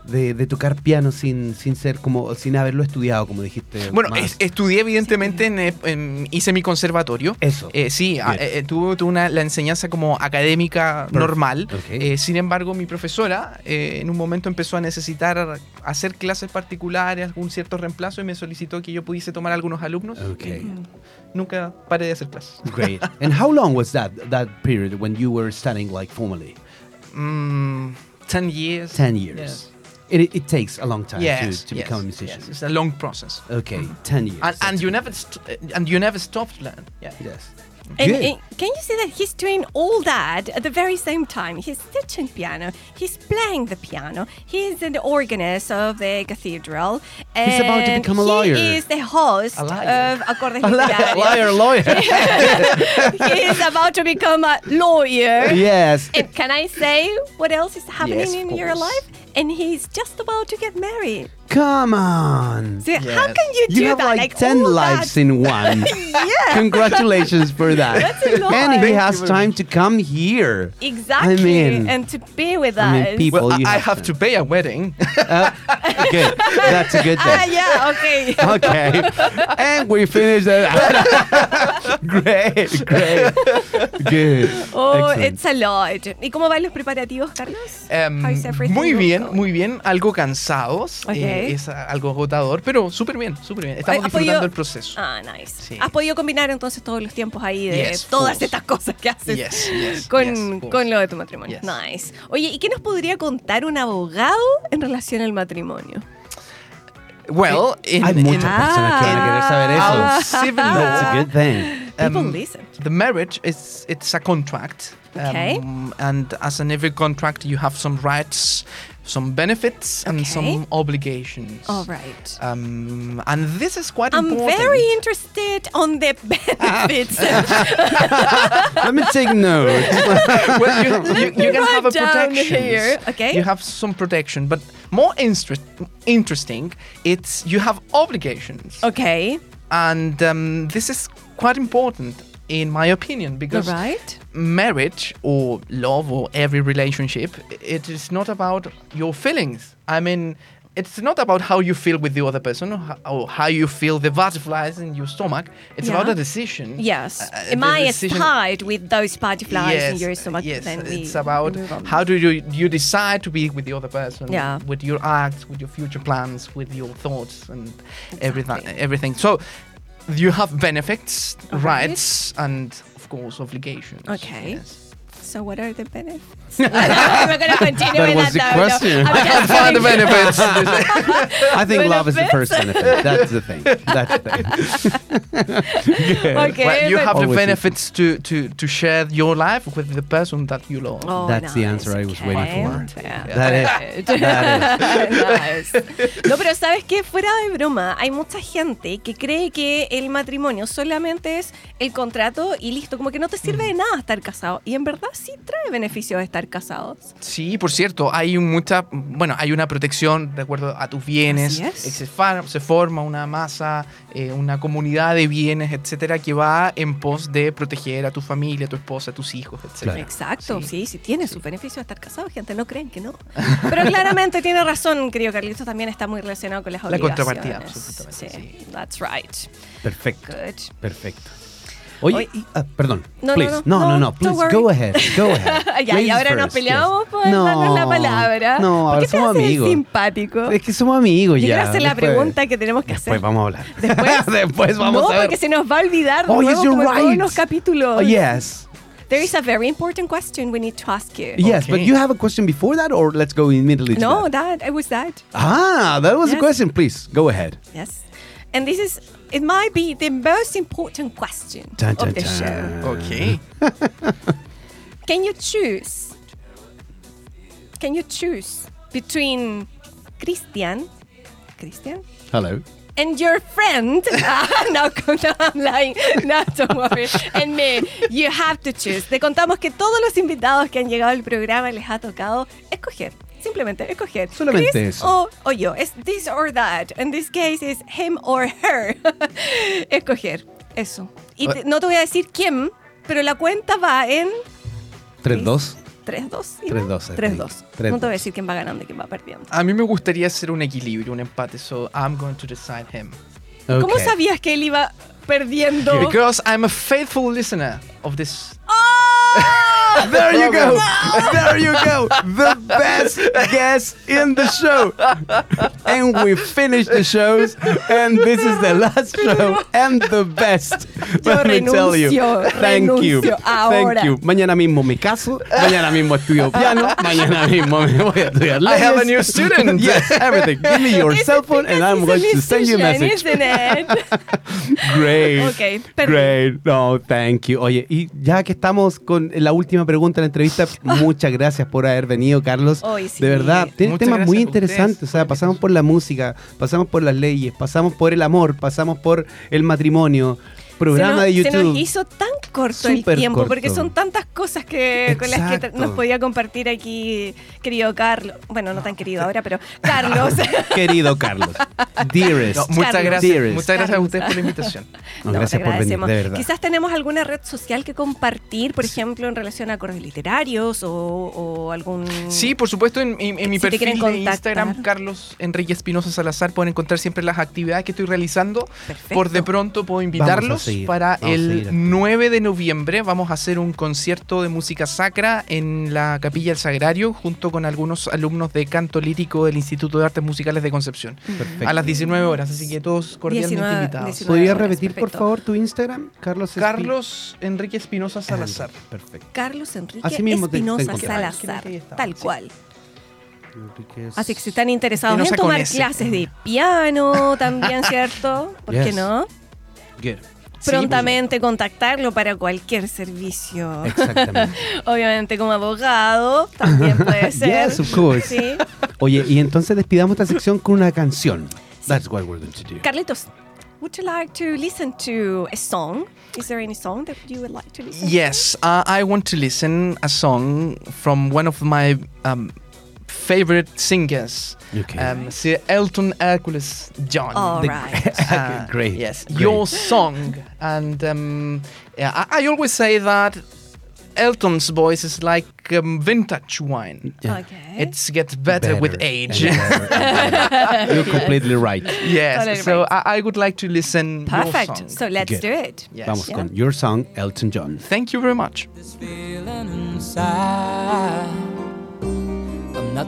S2: de, de tocar piano sin, sin ser como sin haberlo estudiado, como dijiste?
S5: Bueno,
S2: más?
S5: es- estudié evidentemente, en, eh, en- hice mi conservatorio.
S2: Eso.
S5: Eh, sí, a-
S2: Bien.
S5: eh, eh, tuve, tuve una, la enseñanza como académica
S2: Perfecto.
S5: normal.
S2: Ok.
S5: Eh, sin embargo, mi profesora eh, en un momento empezó a necesitar hacer clases particulares, algún cierto reemplazo y me solicitó que yo pudiese tomar algunos alumnos. Eh,
S2: Okay.
S5: Nunca paré de hacer clases.
S2: Great. And how long was that that period when you were studying like formally?
S5: Mm, 10 years.
S2: 10 years.
S5: Yes.
S2: It, it takes a long time
S5: Yes,
S2: to, to
S5: yes,
S2: become a musician.
S5: yes. It's a long process.
S2: Okay, 10 years.
S5: And, and
S2: That's
S5: you
S2: good.
S5: never st- and you never stopped learning. Yeah.
S2: Yes.
S1: And,
S2: Good. <laughs>
S1: and can you see that he's doing all that at the very same time? He's teaching piano, he's playing the piano, he is an organist of the cathedral.
S2: He's about to
S1: and
S2: become a
S1: he
S2: lawyer.
S1: is the host
S5: A liar.
S1: of
S2: <laughs>
S1: Acordes
S2: Liar,
S1: Literarios.
S2: liar,
S1: <laughs>
S2: lawyer.
S1: he is about to become a
S2: <laughs>
S1: lawyer.
S2: yes.
S1: And can I say what else is happening
S5: Yes, of
S1: in your
S5: course.
S1: life? And he's just about to get married.
S2: Come on.
S1: So how
S5: Yes.
S1: can you do
S2: You have
S1: that?
S2: like, 10
S1: all
S2: lives
S1: that-
S2: <laughs> in one.
S1: <laughs> Yeah.
S2: Congratulations for that.
S1: That's a lot.
S2: And he
S1: Thank
S2: has
S5: you very
S2: time to come here. <laughs>
S1: Exactly.
S2: I mean,
S1: and to be with
S2: I mean,
S1: us.
S2: people-
S5: Well,
S2: Well, you
S5: I, I
S2: have
S5: have
S2: to-
S5: to pay a wedding.
S2: good. That's a good
S1: Ah, <laughs>
S2: thing.
S1: yeah, okay.
S2: <laughs> Okay. and we finish that. <laughs> great, great. Good.
S1: Oh,
S2: Excellent.
S1: it's a lot. ¿Y cómo van los preparativos, Carlos?
S5: Em,
S1: How's everything
S5: muy bien,
S1: going?
S5: muy bien. Algo cansados,
S1: Ok.
S5: eh, es a- algo agotador, pero súper bien, súper bien. Estamos
S1: ¿Has
S5: disfrutando
S1: podido-
S5: el proceso.
S1: Ah, nice.
S5: Sí.
S1: Has podido combinar entonces todos los tiempos ahí de
S5: Yes, of
S1: todas
S5: course.
S1: estas cosas que haces
S5: Yes, yes,
S1: con,
S5: yes, of course.
S1: con lo de tu matrimonio.
S5: Yes.
S1: Nice. Oye, ¿y qué nos podría contar un abogado en relación al matrimonio?
S5: Well, in,
S2: Hay
S5: in-
S2: muchas personas que van a querer saber eso.
S5: Ah. <laughs> Civil law.
S2: That's a good thing.
S1: People
S5: um,
S1: listen.
S5: the marriage is it's a contract.
S1: Okay.
S5: um, and as in every contract, you have some rights, some benefits, and
S1: Okay.
S5: some obligations.
S1: All right.
S5: Um, and this is quite
S1: I'm
S5: important.
S1: very interested on the <laughs> benefits.
S5: Ah. <laughs>
S2: Let me
S1: <laughs>
S2: take notes.
S5: well, you, you, you can have a
S1: write down
S5: protection.
S1: here, okay?
S5: You have some protection, but more interest, interesting, it's you have
S1: Oh.
S5: obligations,
S1: okay.
S5: and um, this is quite important in my opinion
S1: All
S5: because
S1: right.
S5: marriage or love or every relationship, it is not about your feelings. I mean. it's not about how you feel with the other person or ho- or how you feel the butterflies in your stomach. It's
S1: Yeah.
S5: about a decision.
S1: Yes.
S5: Uh, uh,
S1: Am
S5: the
S1: I
S5: decision-
S1: tied with those butterflies in your stomach?
S5: Yes,
S1: then we
S5: it's about
S1: move on.
S5: how do you you decide to be with the other person,
S1: Yeah.
S5: with your acts, with your future plans, with your thoughts and everything. Everything. So you have benefits,
S1: Alright.
S5: rights, and of course obligations.
S1: Okay.
S5: yes.
S1: So, what are the benefits?
S5: <laughs>
S1: We're going to continue
S2: That
S1: with
S2: was the
S1: that. though.
S2: question. <laughs>
S1: No, I'm just <laughs>
S5: Find the
S1: kidding.
S5: benefits.
S2: I think love is the
S1: Benefits?
S2: first benefit. That's the thing. That's
S1: <laughs>
S2: the thing.
S1: Okay.
S5: Well, you
S1: but-
S5: have the
S2: Always is.
S5: benefits to, to, to share your life with the person that you love.
S1: Oh,
S2: That's the answer I was waiting for. That
S1: <laughs> is. No, pero sabes que fuera de broma, hay mucha gente que cree que el matrimonio solamente es el contrato y listo, como que no te sirve
S2: Mm.
S1: de nada estar casado. Y en verdad sí trae beneficios de estar casados.
S5: Sí, por cierto, hay un mucha, bueno, hay una protección de acuerdo a tus bienes.
S1: Así es.
S5: Eh, Se, fa- se forma una masa, eh, una comunidad de bienes, etcétera, que va en pos de proteger a tu familia, a tu esposa, a tus hijos, etcétera.
S2: Claro.
S1: Exacto, sí,
S5: Sí.
S1: sí, tiene sus beneficios de estar casado, gente, no creen que no. Pero claramente tiene razón, creo que Carlitos también está muy relacionado con las
S5: La
S1: obligaciones.
S5: contrapartida, absolutamente,
S1: Sí, that's right.
S2: Perfecto.
S1: Good.
S2: Perfecto. Oye,
S1: Oye.
S2: y- ah, perdón.
S1: No, no,
S2: please.
S1: no,
S2: No, no, no.
S1: no, don't
S2: Please,
S1: worry.
S2: go ahead. Go ahead.
S1: <laughs> Ya, y
S2: Eh, Ladies
S1: ahora nos
S2: first, yes.
S1: peleamos por darnos la palabra.
S2: No,
S1: ¿Por
S2: ahora
S1: qué te
S2: somos
S1: haces
S2: amigos.
S1: simpático?
S2: Es que somos amigos
S1: Yo
S2: ya.
S1: quiero hacer la
S2: después-
S1: pregunta que tenemos que
S2: Después
S1: hacer.
S2: vamos a hablar.
S1: <laughs> Después,
S2: <laughs> Después vamos
S1: no,
S2: a ver.
S1: porque se nos va a olvidar de
S2: Oh, yes,
S1: nuevo
S2: you're
S1: como en todos
S2: right.
S1: los capítulos.
S2: Oh, yes.
S1: There is a very important question we need to ask you.
S2: Yes, but
S5: Okay.
S2: you have a question before that, or let's go immediately to
S1: No,
S2: that?
S1: that it was that.
S2: Ah, that was the
S1: Yes.
S2: question. Please, go ahead.
S1: Yes. And this is it might be the most important question
S2: Dun, dun,
S1: of the
S2: dun.
S1: show.
S5: Ok.
S1: Can you choose? Can you choose between Christian Christian
S2: Hello.
S1: and your friend. <laughs> Ah, no, no, I'm lying. No, don't worry. And me, you have to choose. Te contamos que todos los invitados que han llegado al programa les ha tocado escoger. Simplemente escoger.
S2: Solamente
S1: Chris
S2: eso.
S1: O, o yo. Es this or that. In this case is him or her. <laughs> escoger. Eso. Y
S2: Ah.
S1: te- no te voy a decir quién, pero la cuenta va en
S2: 3-2.
S1: 3-2.
S2: 3-2,
S1: 3-2.
S2: I think.
S1: No te voy a decir quién va ganando y quién va perdiendo.
S5: A mí me gustaría hacer un equilibrio, un empate, so I'm going to decide him.
S1: ¿Cómo
S2: Okay.
S1: sabías que él iba perdiendo?
S2: <laughs>
S5: Because I'm a faithful listener of this.
S1: ¡Oh!
S2: There
S1: <laughs>
S2: you go.
S5: No.
S2: There you go. The best guest in the show. And we finish the shows. And this is the last show and the best.
S1: <laughs> Yo
S2: Let me tell you.
S1: renuncio,
S2: Thank you.
S1: renuncio ahora.
S2: Thank you. Mañana mismo me caso. Mañana mismo estudio piano.
S1: <laughs>
S2: Mañana mismo me voy a estudiar.
S5: I have a
S2: leyes.
S5: new student.
S2: <laughs> yes, everything. Give me your
S1: It's
S2: cell phone and
S1: because
S2: I'm
S1: he's a
S2: going to send you a
S1: musician,
S2: message.
S1: Isn't it?
S2: <laughs> Great.
S1: Ok, perdí.
S2: Great. No, thank you. Oye, y ya que estamos con la última pregunta de la
S1: <laughs>
S2: entrevista, muchas gracias por haber venido, Carlos.
S1: Ay, sí.
S2: De verdad, tienes
S5: Muchas
S2: temas muy
S5: gracias a ustedes,
S2: interesantes. O sea,
S5: jóvenes.
S2: pasamos por la música, pasamos por las leyes, pasamos por el amor, pasamos por el matrimonio, programa
S1: se
S2: de
S1: nos,
S2: YouTube.
S1: Se nos hizo tan corto el
S2: Súper
S1: tiempo,
S2: corto.
S1: porque son tantas cosas que, con las que tra-
S2: Exacto.
S1: nos podía compartir aquí, querido Carlos. Bueno, no tan querido ahora, pero Carlos.
S2: <laughs> Querido Carlos, dearest.
S5: No, muchas
S1: Carlos.
S5: gracias.
S2: Dearest.
S5: Muchas gracias a
S1: Carlos. Mm.
S5: ustedes por
S1: <laughs>
S5: la invitación.
S2: <laughs> No,
S1: No, te
S2: gracias por venir,
S1: agradecemos.
S2: de verdad.
S1: Quizás tenemos alguna red social que compartir, por ejemplo, en relación a correos literarios o, o algún.
S5: Sí, por supuesto, en, en- en mi
S1: Si te quieren
S5: perfil de Instagram,
S1: contactar.
S5: Carlos Enrique Espinosa Salazar, pueden encontrar siempre las actividades que estoy realizando.
S1: Perfecto.
S5: Por de pronto puedo
S2: Vamos a
S5: invitarlos
S2: seguir,
S5: para
S2: vamos a
S5: el
S2: seguir.
S5: 9 de noviembre. Vamos a hacer un concierto de música sacra en la Capilla del Sagrario junto con algunos alumnos de canto lírico del Instituto de Artes Musicales de Concepción.
S2: Perfecto.
S5: A las 19 horas, así que todos cordialmente
S1: 19,
S5: invitados.
S1: 19.
S2: ¿Podrías
S1: horas,
S2: repetir, por
S1: perfecto.
S2: favor, tu Instagram? Carlos. Espi-
S5: Carlos Enrique Espinosa Salazar.
S2: Perfecto.
S1: Carlos Enrique
S2: Así mismo te- te
S1: Espinosa
S2: encontré.
S1: Salazar,
S5: Creo que ahí estaba,
S1: tal
S5: sí.
S1: cual. Así que si están interesados
S5: Espinosa
S1: en tomar
S5: con S.
S1: clases
S2: <laughs>
S1: de piano también, ¿cierto? ¿Por qué
S2: Yes.
S1: no?
S2: Good.
S5: Sí,
S1: Prontamente contactarlo para cualquier servicio.
S2: Exactamente.
S1: <laughs> Obviamente como abogado también puede ser.
S2: Yes, of course.
S1: Sí.
S2: Oye, y entonces despidamos esta sección con una canción. That's what we're going to do.
S1: Carlitos, would you like to listen to a song? Is there any song that you would like to listen
S5: Yes, uh, I want to listen a song from one of my um, favorite singers,
S2: Okay.
S5: um, Sir Elton Hercules John.
S1: to? All
S2: The- <laughs>
S1: right.
S5: Uh,
S2: Great,
S5: Yes,
S2: great.
S5: your song, and um, yeah, I, I always say that Elton's voice is like um, vintage wine.
S2: Yeah.
S1: Okay.
S5: It's gets better, with
S2: and
S5: age. <laughs>
S2: better and better. You're completely right.
S5: yes.
S1: Totally
S5: so
S1: right.
S5: I, I would like to listen your song.
S1: perfect. So let's
S2: Good.
S1: do it.
S5: yes.
S2: Vamos
S1: Yeah.
S2: con your song, Elton John.
S5: Thank you very much.
S6: this feeling inside. I'm not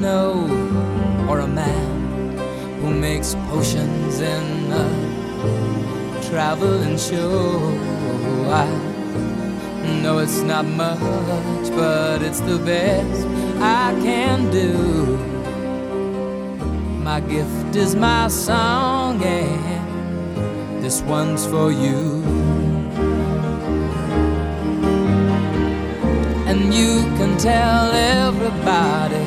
S6: no, or a man who makes potions in a traveling show. I know it's not much, but it's the best I can do. My gift is my song, and this one's for you. and you can tell everybody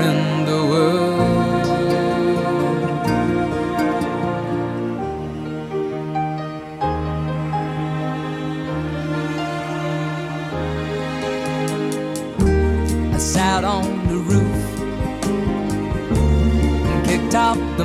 S6: in the world. I sat on the roof and kicked out the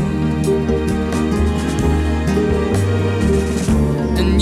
S6: And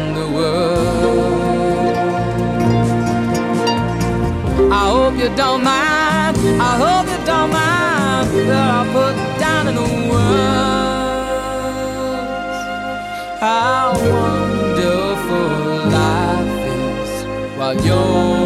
S6: the world. I hope you don't mind. I hope you don't mind that I put down in the words how wonderful life is while you're